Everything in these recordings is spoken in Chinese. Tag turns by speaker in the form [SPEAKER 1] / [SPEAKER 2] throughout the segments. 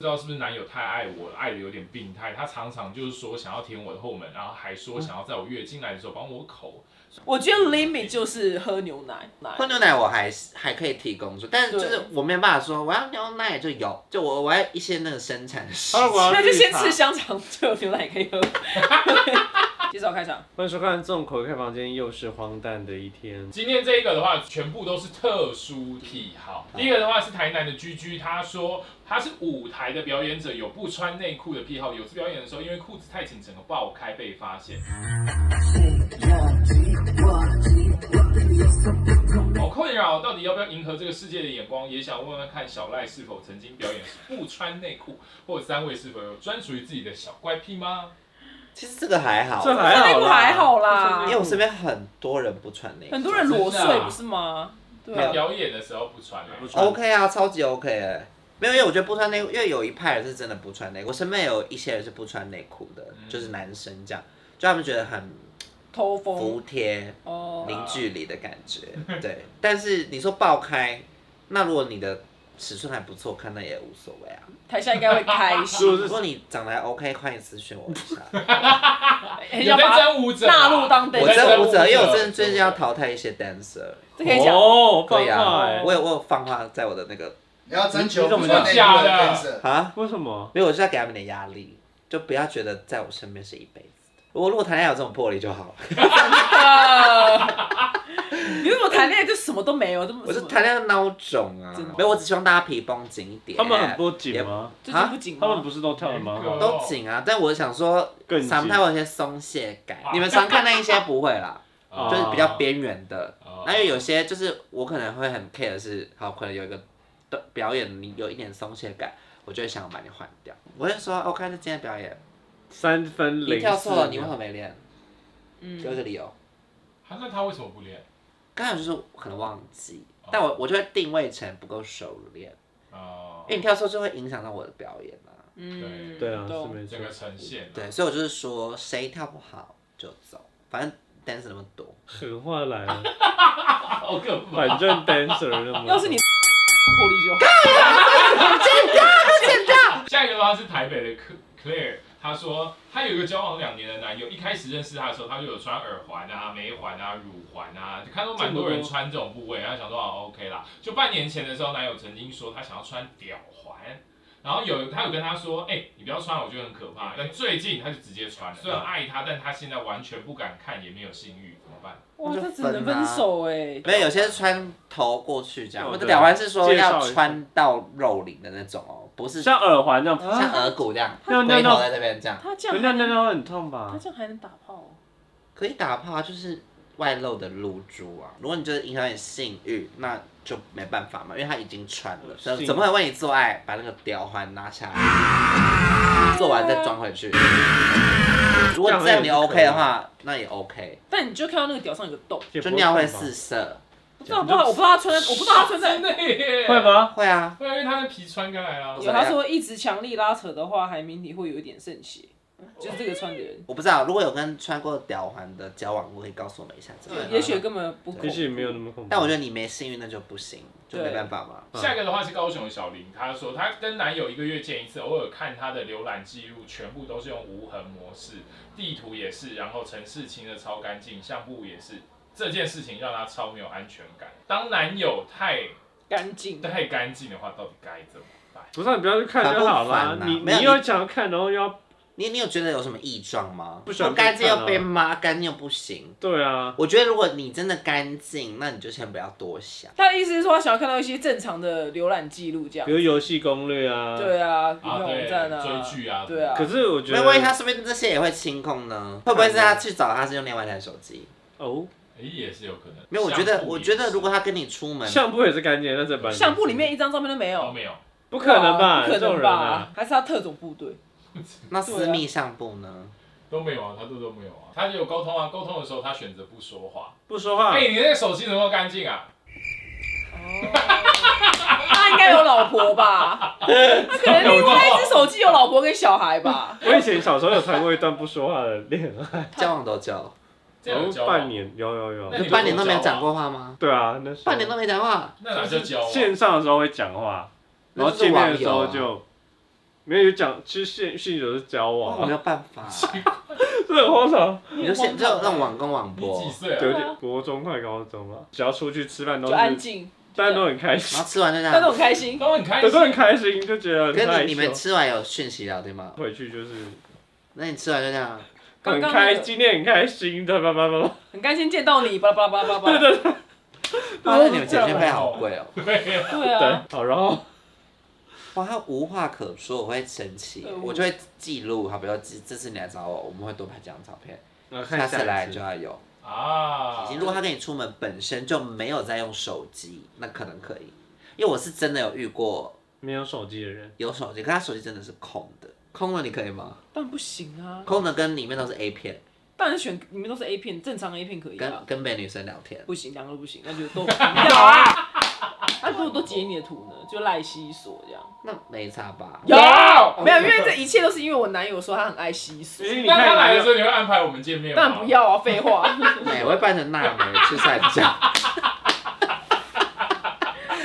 [SPEAKER 1] 不知道是不是男友太爱我，爱的有点病态。他常常就是说想要舔我的后门，然后还说想要在我月经来的时候帮我口。
[SPEAKER 2] 我觉得 limit 就是喝牛奶，奶
[SPEAKER 3] 喝牛奶我还是还可以提供出，但是就是
[SPEAKER 2] 对
[SPEAKER 3] 我没有办法说我要牛奶就有，就我我要一些那个生产的事
[SPEAKER 4] 好啊了，我要
[SPEAKER 2] 那就
[SPEAKER 4] 绿
[SPEAKER 2] 先
[SPEAKER 4] 茶
[SPEAKER 2] 吃香肠，就有牛奶可以 喝。介绍开场，
[SPEAKER 4] 欢迎收看《众口开房间》，又是荒诞的一天。
[SPEAKER 3] 哦
[SPEAKER 1] 今天这一个的话，全部都是特殊癖好。第一个的话是台南的居居，他说他是舞台的表演者，有不穿内裤的癖好。有次表演的时候，因为裤子太紧，整个爆开被发现。好困扰，到底要不要迎合这个世界的眼光？也想问问看小赖是否曾经表演不穿内裤，或者三位是否有专属于自己的小怪癖吗？
[SPEAKER 3] 其实这个还好，
[SPEAKER 4] 这还好啦
[SPEAKER 2] 内裤还好
[SPEAKER 4] 好
[SPEAKER 2] 啦
[SPEAKER 3] 因为，我身边很多人不穿内
[SPEAKER 2] 很
[SPEAKER 3] 裤
[SPEAKER 2] 多人裸
[SPEAKER 1] 真的
[SPEAKER 2] 睡
[SPEAKER 1] 啊
[SPEAKER 2] 不是吗？对
[SPEAKER 1] 他
[SPEAKER 2] 啊，
[SPEAKER 1] 表演的时候不穿内裤。
[SPEAKER 3] ，OK 啊，超级 OK 哎、没有，因为我觉得不穿内裤，因为有一派人是真的不穿内裤，我身边有一些人是不穿内裤的，
[SPEAKER 1] 嗯
[SPEAKER 3] 就是男生这样，就他们觉得很
[SPEAKER 2] 偷
[SPEAKER 3] 服
[SPEAKER 2] 风
[SPEAKER 3] 帖、
[SPEAKER 2] 哦，
[SPEAKER 3] 零距离的感觉， 对。但是你说爆开，那如果你的尺寸还不错，看那也无所谓啊。
[SPEAKER 2] 台下应该会开 心，
[SPEAKER 3] 如果你长得还 OK，欢迎私讯我一下。
[SPEAKER 2] 很
[SPEAKER 1] 有
[SPEAKER 2] 想
[SPEAKER 1] 在
[SPEAKER 2] 哎把它
[SPEAKER 1] 真舞者啊
[SPEAKER 2] 纳入当 d
[SPEAKER 3] 我
[SPEAKER 2] a
[SPEAKER 1] 在
[SPEAKER 3] 真
[SPEAKER 1] 真
[SPEAKER 3] 舞
[SPEAKER 1] 舞者
[SPEAKER 3] 者，因为我真的最近要淘汰一些 dancer，
[SPEAKER 2] 这可以讲。
[SPEAKER 4] 哦，
[SPEAKER 3] 对呀、
[SPEAKER 4] 棒
[SPEAKER 3] 啊
[SPEAKER 4] 哎，
[SPEAKER 3] 我有我有放话在我的那个
[SPEAKER 5] 你要征求
[SPEAKER 4] 你怎么
[SPEAKER 5] 不穿内裤
[SPEAKER 1] 假的
[SPEAKER 5] 的 dancer
[SPEAKER 3] 啊，
[SPEAKER 4] 为什么？
[SPEAKER 3] 因为我是要给他们点压力，就不要觉得在我身边是一辈子。我如果谈恋爱有这种魄力就好了，
[SPEAKER 2] 你怎么谈恋爱就什么都没有？这么
[SPEAKER 3] 我是谈恋爱孬种啊
[SPEAKER 2] 真的，
[SPEAKER 3] 没有，我只希望大家皮绷紧一点。啊
[SPEAKER 4] 他们很不紧吗？
[SPEAKER 2] 最近不紧
[SPEAKER 4] 他们
[SPEAKER 2] 吗？
[SPEAKER 4] 不是都跳的蛮好
[SPEAKER 3] 也
[SPEAKER 4] 的？
[SPEAKER 3] 都紧啊，但我想说，
[SPEAKER 4] 更紧
[SPEAKER 3] 常态有一些松懈感。你们常看那一些不会啦，
[SPEAKER 1] 啊
[SPEAKER 4] 哦
[SPEAKER 3] 就是比较边缘的。
[SPEAKER 1] 哦
[SPEAKER 3] 那因为有些就是我可能会很 care 的是，好，可能有一个的表演你有一点松懈感，我就会想要把你换掉。我会说 OK，那今天的表演
[SPEAKER 4] 三分
[SPEAKER 3] 你
[SPEAKER 4] 零
[SPEAKER 3] 跳错了，
[SPEAKER 4] 四
[SPEAKER 3] 你为什
[SPEAKER 4] 秒。
[SPEAKER 3] 么没练？
[SPEAKER 2] 嗯
[SPEAKER 3] 有一个理由。
[SPEAKER 1] 啊那他为什么不练？
[SPEAKER 3] 刚才就是可能忘记，但我我就会定位成不够熟练，
[SPEAKER 1] 哦
[SPEAKER 3] 哎因，为你跳错就会影响到我的表演啊。
[SPEAKER 2] 嗯，
[SPEAKER 4] 对啊，是
[SPEAKER 2] 懂
[SPEAKER 4] 没错
[SPEAKER 1] 整。个呈现。啊
[SPEAKER 3] 对，所以我就是说，谁跳不好就走，反正 dance 那么多，
[SPEAKER 4] 狠话来了，
[SPEAKER 1] 啊好可怕！
[SPEAKER 4] 反正 dancer 那么多。
[SPEAKER 2] 要是你魄力就好。
[SPEAKER 1] 下一个的话是台北的 Claire，她说她有一个交往两年的男友，一开始认识他的时候，他就有穿耳环啊、眉环啊、乳环啊，就看到蛮多人穿这种部位，然后想说啊 OK 啦。就半年前的时候，男友曾经说他想要穿屌环。然后有他有跟他说，哎、你不要穿，我觉得很可怕。但最近他就直接穿了，虽然爱他，但他现在完全不敢看，也没有性欲，怎么办？
[SPEAKER 2] 哇，
[SPEAKER 3] 那
[SPEAKER 2] 这
[SPEAKER 3] 就
[SPEAKER 2] 只能
[SPEAKER 3] 分啊
[SPEAKER 2] 分手哎。
[SPEAKER 3] 没有有些是穿头过去这样。
[SPEAKER 4] 哦
[SPEAKER 3] 我的
[SPEAKER 4] 对
[SPEAKER 3] 表环是说
[SPEAKER 4] 介绍
[SPEAKER 3] 要
[SPEAKER 4] 一下
[SPEAKER 3] 穿到肉里的那种哦，不是像
[SPEAKER 4] 像耳环这样，
[SPEAKER 2] 啊
[SPEAKER 3] 耳骨这样，
[SPEAKER 4] 那那
[SPEAKER 3] 龟头
[SPEAKER 4] 那
[SPEAKER 3] 在这边这样，
[SPEAKER 2] 他这
[SPEAKER 4] 人
[SPEAKER 2] 样
[SPEAKER 4] 家
[SPEAKER 2] 还
[SPEAKER 4] 那
[SPEAKER 2] 能，
[SPEAKER 4] 那会很痛
[SPEAKER 2] 他
[SPEAKER 4] 吧？
[SPEAKER 2] 这样还能打炮哦？
[SPEAKER 3] 可以打炮啊，就是外露的露珠啊。如果你觉得影响你性欲，那就没办法嘛，因为他已经穿了，所以
[SPEAKER 4] 性
[SPEAKER 3] 怎么会为你做爱把那个吊环拿下来，做完再装回去？如果这样你 OK 的话，那也 OK，
[SPEAKER 2] 但你就看到那个屌上有个洞，
[SPEAKER 4] 也不
[SPEAKER 3] 就
[SPEAKER 4] 痛吧
[SPEAKER 3] 尿会四射，
[SPEAKER 2] 不知道不知道，我不知道他穿在，我不知道他穿在
[SPEAKER 1] 啊真。的耶！
[SPEAKER 4] 会？吗？
[SPEAKER 3] 会啊，
[SPEAKER 1] 对啊，因为他的皮穿开来
[SPEAKER 3] 嗯
[SPEAKER 1] 了。
[SPEAKER 2] 有他说一直强力拉扯的话，海绵体会有一点渗血，就是这个穿的人，
[SPEAKER 3] 我不知道，如果有跟穿过吊环的交往过，可以告诉我们一下这个。
[SPEAKER 2] 也许根本不恐怖
[SPEAKER 4] 也许没有那么恐怖。
[SPEAKER 3] 但我觉得你没性欲那就不行，就没
[SPEAKER 2] 对
[SPEAKER 3] 办法嘛。
[SPEAKER 1] 下一个的话是高雄的小林，她说她跟男友一个月见一次，偶尔看他的浏览记录，全部都是用无痕模式，地图也是，然后城市清的超干净，相簿也是。这件事情让她超没有安全感。当男友太
[SPEAKER 2] 干净。
[SPEAKER 1] 太干净的话，到底该怎么办？
[SPEAKER 4] 不是，你不要去看就
[SPEAKER 3] 烦
[SPEAKER 4] 好
[SPEAKER 3] 不烦
[SPEAKER 4] 啦。
[SPEAKER 3] 啊
[SPEAKER 4] 你
[SPEAKER 3] 没有
[SPEAKER 4] 你又想要看，然后又要
[SPEAKER 3] 你你有觉得有什么异状吗？
[SPEAKER 4] 不喜欢被
[SPEAKER 3] 干净
[SPEAKER 4] 看
[SPEAKER 3] 又
[SPEAKER 4] 啊
[SPEAKER 3] 被骂，干净又不行。
[SPEAKER 4] 对啊，
[SPEAKER 3] 我觉得如果你真的干净，那你就先不要多想。
[SPEAKER 2] 他的意思是说，他想要看到一些正常的浏览记录，这样
[SPEAKER 4] 比。如游戏攻略啊。。
[SPEAKER 2] 对啊，股
[SPEAKER 1] 啊，
[SPEAKER 2] 票网
[SPEAKER 1] 对，
[SPEAKER 2] 站啊，
[SPEAKER 1] 追剧啊，
[SPEAKER 2] 对啊
[SPEAKER 4] 可是我觉
[SPEAKER 3] 那
[SPEAKER 4] 得，
[SPEAKER 3] 万一他说不定这些也会清空呢？会不会是他去找他是用另外一台手机？
[SPEAKER 4] 哦，
[SPEAKER 1] 诶，也是有可能。
[SPEAKER 3] 没有，我觉
[SPEAKER 1] 相
[SPEAKER 3] 得
[SPEAKER 1] 簿
[SPEAKER 3] 我
[SPEAKER 1] 也
[SPEAKER 3] 觉得
[SPEAKER 1] 是
[SPEAKER 3] 如果他跟你出门，
[SPEAKER 4] 相簿也是干净的，但是把
[SPEAKER 2] 相簿里面一张照片都哦没
[SPEAKER 1] 都
[SPEAKER 2] 有，啊
[SPEAKER 1] 没有，
[SPEAKER 4] 不可能吧？
[SPEAKER 2] 不可
[SPEAKER 4] 这种
[SPEAKER 2] 能
[SPEAKER 4] 人啊，
[SPEAKER 2] 吧？还是他特种部队？
[SPEAKER 3] 那私密相簿呢？
[SPEAKER 1] 都没有啊，他都都没有啊，他就有沟通啊，沟通的时候他选择不说话。
[SPEAKER 4] 不说
[SPEAKER 3] 啊
[SPEAKER 4] 话。
[SPEAKER 1] 哎、你那个手机能不能干净啊？
[SPEAKER 2] 哦他应该有老婆吧？ 他可能另外一只手机有老婆跟小孩吧？
[SPEAKER 4] 我以前小时候有谈过一段不说话的恋爱，
[SPEAKER 3] 交往多久？
[SPEAKER 1] 这
[SPEAKER 3] 哦
[SPEAKER 1] 样有
[SPEAKER 4] 然
[SPEAKER 1] 交
[SPEAKER 4] 后
[SPEAKER 1] 往
[SPEAKER 4] 半，年，有有有
[SPEAKER 1] 那，你
[SPEAKER 3] 半年都没有讲过话吗？
[SPEAKER 4] 对啊，那时候
[SPEAKER 3] 半年都没讲话，
[SPEAKER 1] 那哪叫交往？
[SPEAKER 4] 线上的时候会讲话，然
[SPEAKER 3] 那
[SPEAKER 4] 后
[SPEAKER 3] 就是
[SPEAKER 4] 见面的
[SPEAKER 3] 网
[SPEAKER 4] 时
[SPEAKER 3] 友
[SPEAKER 4] 候
[SPEAKER 3] 啊。
[SPEAKER 4] 就没有讲，其实现酗酒是交
[SPEAKER 3] 哇
[SPEAKER 4] 往
[SPEAKER 3] 我没
[SPEAKER 4] 啊，
[SPEAKER 3] 有办法，
[SPEAKER 4] 这很荒唐。
[SPEAKER 3] 你就现就让网跟网
[SPEAKER 1] 你
[SPEAKER 3] 播
[SPEAKER 1] 几，岁
[SPEAKER 4] 有
[SPEAKER 1] 啊？
[SPEAKER 4] 点国中快高中了，只要出去吃饭都
[SPEAKER 2] 就是安静，
[SPEAKER 4] 大家都很开
[SPEAKER 3] 然
[SPEAKER 4] 心，
[SPEAKER 3] 后吃完就这
[SPEAKER 2] 但是很
[SPEAKER 3] 样。
[SPEAKER 2] 开心。
[SPEAKER 1] 都很开
[SPEAKER 4] 都
[SPEAKER 1] 心
[SPEAKER 4] 是。很开心，就觉得很
[SPEAKER 3] 跟
[SPEAKER 4] 害
[SPEAKER 3] 你你们
[SPEAKER 4] 羞。
[SPEAKER 3] 吃完有讯息聊天吗？
[SPEAKER 4] 回去就是
[SPEAKER 3] 那你吃完就这样，
[SPEAKER 4] 很
[SPEAKER 2] 刚刚
[SPEAKER 4] 开，
[SPEAKER 2] 那个
[SPEAKER 4] 今天很开心的，叭叭叭叭。
[SPEAKER 2] 很开心见到 你，巴拉巴拉巴拉巴拉。对对
[SPEAKER 3] 哇，那你们解决费好贵哦。
[SPEAKER 2] 对啊，
[SPEAKER 4] 对，好，然后
[SPEAKER 3] 哇，他无话可说，我会生气
[SPEAKER 2] 对，
[SPEAKER 3] 我就会记录，好比说这这次你来找我，我们会多拍几张照片，
[SPEAKER 4] 然后
[SPEAKER 3] 下
[SPEAKER 4] 呃看
[SPEAKER 3] 次来
[SPEAKER 4] 一
[SPEAKER 3] 就
[SPEAKER 4] 次，
[SPEAKER 3] 要有。
[SPEAKER 1] 啊
[SPEAKER 3] 如果他跟你出门本身就没有在用手机，那可能可以，因为我是真的有遇过
[SPEAKER 4] 没有手机的人，
[SPEAKER 3] 有手机，可他手机真的是空的，空了你可以吗？
[SPEAKER 2] 当然不行啊，
[SPEAKER 3] 空的跟里面都是 A 片，
[SPEAKER 2] 当然选你们都是 A 片，正常 A 片可以
[SPEAKER 3] 跟
[SPEAKER 2] 啊。
[SPEAKER 3] 跟美女生聊天，
[SPEAKER 2] 不行，两个都不行，那 就都不要啊。那如果都截你的图呢？就赖西索这样。
[SPEAKER 3] 那没差吧？
[SPEAKER 1] 有
[SPEAKER 2] 没有，因为这一切都是因为我男友说他很爱西 索
[SPEAKER 4] 其，实你
[SPEAKER 1] 那
[SPEAKER 4] 看
[SPEAKER 1] 他来的
[SPEAKER 4] 你
[SPEAKER 1] 时候，你会安排我们见面吗？
[SPEAKER 2] 当然不。要啊，废话。
[SPEAKER 3] 美我会扮成娜美去参加，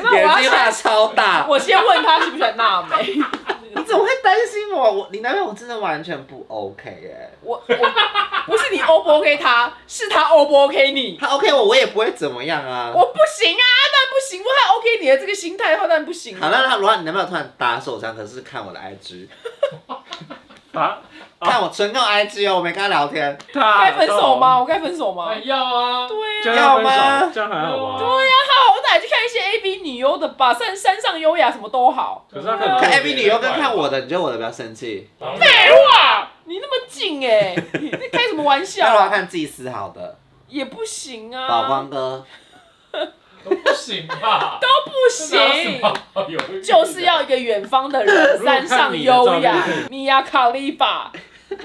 [SPEAKER 2] 那我
[SPEAKER 3] 眼
[SPEAKER 2] 要
[SPEAKER 3] 睛
[SPEAKER 2] 先，
[SPEAKER 3] 大超大。
[SPEAKER 2] 我先问他喜不喜欢娜美。
[SPEAKER 3] 你怎么会担心我？我你男朋友真的完全不 OK 哎、
[SPEAKER 2] 我我不是你 O 不 OK 他，是他 O 不 OK 你。
[SPEAKER 3] 他 OK 我，我也不会怎么样啊。
[SPEAKER 2] 我不行啊，当然不行。我还 OK 你的这个心态的话，当然不行、
[SPEAKER 3] 好，
[SPEAKER 2] 啊。
[SPEAKER 3] 那他如果你男朋友突然打手枪，可是看我的 IG，
[SPEAKER 4] 啊，
[SPEAKER 3] 看我纯用 IG 哦，我没跟他聊天。
[SPEAKER 4] 该
[SPEAKER 2] 该分手吗？？我该分手吗？
[SPEAKER 1] 哎
[SPEAKER 2] 对
[SPEAKER 1] 要啊！
[SPEAKER 2] 呀、
[SPEAKER 4] 这样分
[SPEAKER 3] 要吗
[SPEAKER 4] 手，这样还好吗？
[SPEAKER 1] 对
[SPEAKER 2] 啊，他好歹去看一些 A B 女优的吧，山山上优雅什么都好。
[SPEAKER 4] 可是他
[SPEAKER 1] 对啊
[SPEAKER 4] 很
[SPEAKER 3] 看 A B 女优跟看我的，你觉得我的比较生气？
[SPEAKER 2] 废
[SPEAKER 1] 啊
[SPEAKER 2] 话，啊你那么近 哎、你在开什么玩
[SPEAKER 3] 那我要
[SPEAKER 2] 笑？
[SPEAKER 3] 看自己私好的，
[SPEAKER 2] 也不行啊，
[SPEAKER 3] 宝光哥，
[SPEAKER 1] 都不行吧？都
[SPEAKER 2] 不
[SPEAKER 1] 不
[SPEAKER 2] 行，，就是
[SPEAKER 1] 啊
[SPEAKER 2] 要一个远方的人，
[SPEAKER 4] 如果看
[SPEAKER 2] 山
[SPEAKER 4] 你的
[SPEAKER 2] 上优雅
[SPEAKER 4] 照片，
[SPEAKER 2] 米娅卡利巴。对，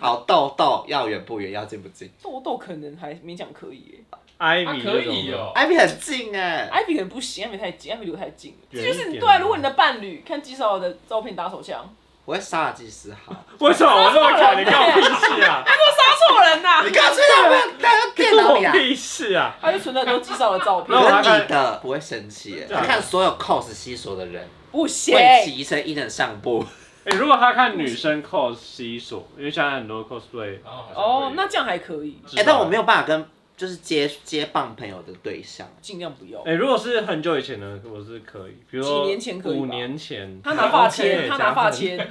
[SPEAKER 3] 好豆豆，要远不远，要近不近
[SPEAKER 2] 豆豆可能还勉强可以、
[SPEAKER 4] 艾
[SPEAKER 1] 他
[SPEAKER 4] 米
[SPEAKER 1] 可以哦。
[SPEAKER 3] ？I B 很近哎、
[SPEAKER 2] 欸，艾比可能不行，艾比太近，艾比离我太近了。这
[SPEAKER 4] 远一
[SPEAKER 2] 就
[SPEAKER 4] 点
[SPEAKER 2] 是你对啊，如果你的伴侣看纪少的照片打手枪，
[SPEAKER 3] 我会杀了自己私好。
[SPEAKER 4] 为什么我这么看你干我屁事 啊？
[SPEAKER 2] 他杀错人呐、
[SPEAKER 3] 你啊刚吹到我他的电
[SPEAKER 4] 干
[SPEAKER 3] 脑
[SPEAKER 4] 我
[SPEAKER 3] 里啊？
[SPEAKER 4] 屁事啊！
[SPEAKER 2] 他就存了很多纪少的照片
[SPEAKER 4] 那我，
[SPEAKER 3] 可
[SPEAKER 4] 还
[SPEAKER 3] 是
[SPEAKER 4] 看
[SPEAKER 3] 你的不会生气耶，
[SPEAKER 4] 真的
[SPEAKER 3] 你看所有 cos 西索的人，
[SPEAKER 2] 不行，
[SPEAKER 3] 会骑身一人上步，
[SPEAKER 4] 哎，如果他看女生 cos 西索，因为现在很多 cosplay，呃
[SPEAKER 2] 哦，那这样还可以，
[SPEAKER 3] 哎、但我没有办法跟就是接接棒朋友的对象，
[SPEAKER 2] 尽量不要。
[SPEAKER 4] 哎，如果是很久以前的，我是可以，比如说
[SPEAKER 2] 几年前可以吧
[SPEAKER 4] 五年前，
[SPEAKER 2] 他拿发
[SPEAKER 4] OK，
[SPEAKER 2] 签，他拿
[SPEAKER 4] 加分
[SPEAKER 2] 发，签。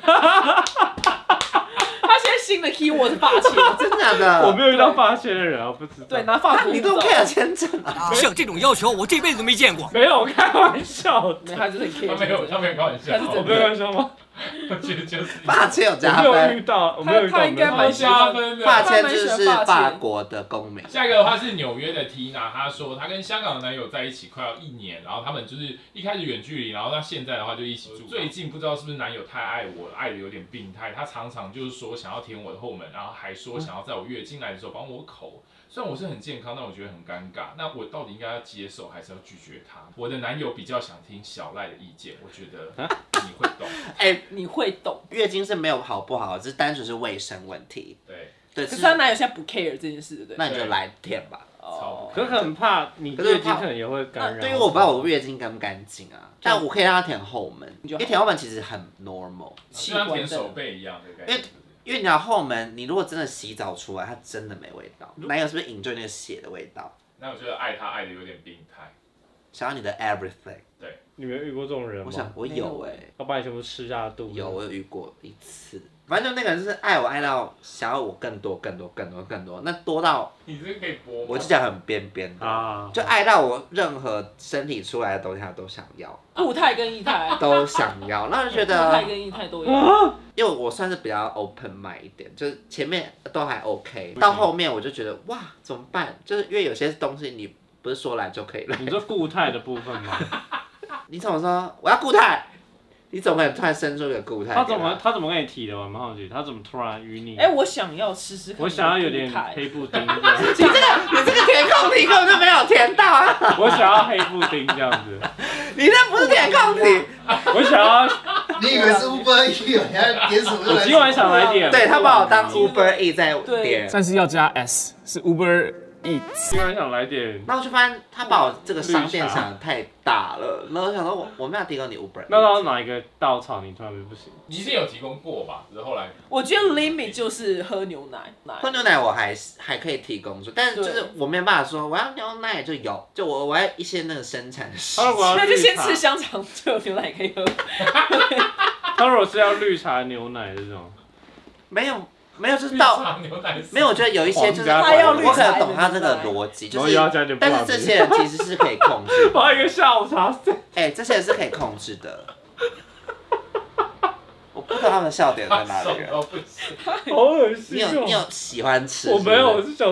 [SPEAKER 2] 他现在新的 keyword 是发签，
[SPEAKER 3] 真的假的？啊
[SPEAKER 4] 我没有遇到发签的人啊，我不知道。
[SPEAKER 2] 对，拿发箍。
[SPEAKER 3] 你都
[SPEAKER 2] 你知
[SPEAKER 3] care
[SPEAKER 2] 道
[SPEAKER 3] 签证啊？
[SPEAKER 5] 像这种要求，我这辈子都没见过。
[SPEAKER 4] 没有，我开玩笑
[SPEAKER 2] 没，
[SPEAKER 4] 的，
[SPEAKER 2] 他就是很
[SPEAKER 1] 他
[SPEAKER 2] care。
[SPEAKER 1] 没有，他没有开玩笑，
[SPEAKER 2] 他是
[SPEAKER 4] 我
[SPEAKER 2] 真
[SPEAKER 4] 没
[SPEAKER 2] 的
[SPEAKER 4] 有开玩笑吗？
[SPEAKER 1] 其实 就是
[SPEAKER 3] 发签有加
[SPEAKER 4] 我没有遇
[SPEAKER 3] 分，
[SPEAKER 4] 到，我没有遇到，
[SPEAKER 2] 他他应该
[SPEAKER 4] 我没有
[SPEAKER 2] 蛮
[SPEAKER 4] 遇到
[SPEAKER 1] 加分啊的。
[SPEAKER 3] 发
[SPEAKER 2] 发
[SPEAKER 3] 签
[SPEAKER 2] 签
[SPEAKER 3] 就是法国的公民。
[SPEAKER 1] 下一个的话是纽约的 Tina，她说她跟香港的男友在一起快要一年，然后他们就是一开始远距离，然后到现在的话就一起住。最近不知道是不是男友太爱我了，爱的有点病态，他常常就是说想要舔我的后门，然后还说想要在我月经来的时候帮我口。虽然我是很健康，但我觉得很尴尬。那我到底应该要接受还是要拒绝他？我的男友比较想听小赖的意见，我觉得你会懂。
[SPEAKER 3] 哎、
[SPEAKER 2] 你会懂，
[SPEAKER 3] 月经是没有好不好，只是单纯是卫生问题。
[SPEAKER 1] 对，
[SPEAKER 3] 对，
[SPEAKER 2] 可
[SPEAKER 3] 是
[SPEAKER 2] 是她男友现在不 care 这件事，对不对？
[SPEAKER 3] 那你就来舔吧。
[SPEAKER 1] 超
[SPEAKER 4] 哦可是很怕你
[SPEAKER 3] 可是
[SPEAKER 4] 月
[SPEAKER 3] 怕
[SPEAKER 4] 经可能也会感染。
[SPEAKER 3] 对于我不知道我月经干不干净啊，但我可以让他舔后门，
[SPEAKER 2] 你就
[SPEAKER 3] 因
[SPEAKER 2] 好
[SPEAKER 3] 为舔后门其实很 normal。
[SPEAKER 1] 就像舔手背一样的感觉。对
[SPEAKER 4] 哎
[SPEAKER 1] 不对
[SPEAKER 3] 因为你知道后门，你如果真的洗澡出来，它真的没味道。男友是不是 enjoy 那个血的味道？
[SPEAKER 1] 那我觉得爱他爱的有点病态。
[SPEAKER 3] 想要你的 everything。
[SPEAKER 4] 你没有遇过这种人
[SPEAKER 3] 我想
[SPEAKER 4] 吗？
[SPEAKER 3] 我有哎、
[SPEAKER 4] 要把你全部吃下肚。
[SPEAKER 3] 有，我有遇过一次，反正就那个人就是爱我爱到想要我更多更多更多更多，那多到
[SPEAKER 1] 你这个可以播吗？
[SPEAKER 3] 我就讲很边边的，
[SPEAKER 4] 啊，
[SPEAKER 3] 就爱到我任何身体出来的东西他都想要，
[SPEAKER 2] 固态跟液 态，
[SPEAKER 3] 都想要，那我 就觉
[SPEAKER 2] 固态
[SPEAKER 3] 得，
[SPEAKER 2] 跟液态都有。
[SPEAKER 4] 啊，
[SPEAKER 3] 因为我算是比较 open mind 一点，就是前面都还 OK，到后面我就觉得哇怎么办？就是因为有些东西你不是说来就可以来，
[SPEAKER 4] 你说固态的部分吗？
[SPEAKER 3] 你怎么说我要固态？你怎么可能突然生出一个固态给
[SPEAKER 4] 他
[SPEAKER 3] 他？
[SPEAKER 4] 怎么他怎么跟你提的？我蛮好奇，他怎么突然与你？
[SPEAKER 2] 哎，我想要吃吃看。
[SPEAKER 4] 我想要有点
[SPEAKER 2] 固态
[SPEAKER 4] 黑布丁这样，
[SPEAKER 3] 你这个你这个填空题根本就没有填到啊！
[SPEAKER 4] 我想要黑布丁这样子，
[SPEAKER 3] 你那不是填空题，
[SPEAKER 4] 我想要，
[SPEAKER 6] 你以为是 Uber E 哦？你还点什么都
[SPEAKER 4] 我
[SPEAKER 6] 来
[SPEAKER 4] 今晚想来 点。啊
[SPEAKER 3] 对他把我当
[SPEAKER 2] 猪
[SPEAKER 3] Uber E 在
[SPEAKER 2] 对
[SPEAKER 3] 点，
[SPEAKER 7] 但是要加 s，是 Uber
[SPEAKER 4] 突然想来点，
[SPEAKER 3] 然后我就发现他把我这个商店想的太大了，然后我想说我我没有提供你 Uber，
[SPEAKER 4] 那到哪一个稻草你突然不行？
[SPEAKER 1] 你是有提供过吧？只是后来
[SPEAKER 2] 我觉得 limit 就是喝牛奶，奶
[SPEAKER 3] 喝牛奶我还是还可以提供出，但是就是
[SPEAKER 2] 对
[SPEAKER 3] 我没有办法说我要牛奶就有，就我我要一些那个生产的事
[SPEAKER 4] 他如果要
[SPEAKER 2] 那就
[SPEAKER 4] 绿
[SPEAKER 2] 先
[SPEAKER 4] 茶
[SPEAKER 2] 吃香肠，就有牛奶可以喝。
[SPEAKER 4] 他如果是要绿茶牛奶这种，
[SPEAKER 3] 没有没有就是
[SPEAKER 1] 绿
[SPEAKER 3] 到
[SPEAKER 1] 茶牛奶是
[SPEAKER 3] 没有，我觉得有一些就是
[SPEAKER 4] 皇家
[SPEAKER 2] 管理
[SPEAKER 3] 我可能懂他这个逻辑，
[SPEAKER 4] 然
[SPEAKER 3] 就
[SPEAKER 4] 后又要
[SPEAKER 3] 是
[SPEAKER 4] 加点布
[SPEAKER 3] 但
[SPEAKER 4] 朗
[SPEAKER 3] 是
[SPEAKER 4] 尼，
[SPEAKER 3] 这些人其实是可以控制 的，
[SPEAKER 4] 把一个下午茶塞
[SPEAKER 3] 哎、这些人是可以控制的。我不知道他们的笑点在
[SPEAKER 1] 他
[SPEAKER 3] 哪
[SPEAKER 1] 什
[SPEAKER 3] 里
[SPEAKER 1] 么
[SPEAKER 3] 啊。
[SPEAKER 1] 都不是。
[SPEAKER 4] 好恶
[SPEAKER 3] 你
[SPEAKER 4] 心
[SPEAKER 3] 有你
[SPEAKER 4] 哦！
[SPEAKER 3] 有喜欢吃？
[SPEAKER 4] 我没有，
[SPEAKER 3] 是
[SPEAKER 4] 我
[SPEAKER 3] 不是
[SPEAKER 4] 是想说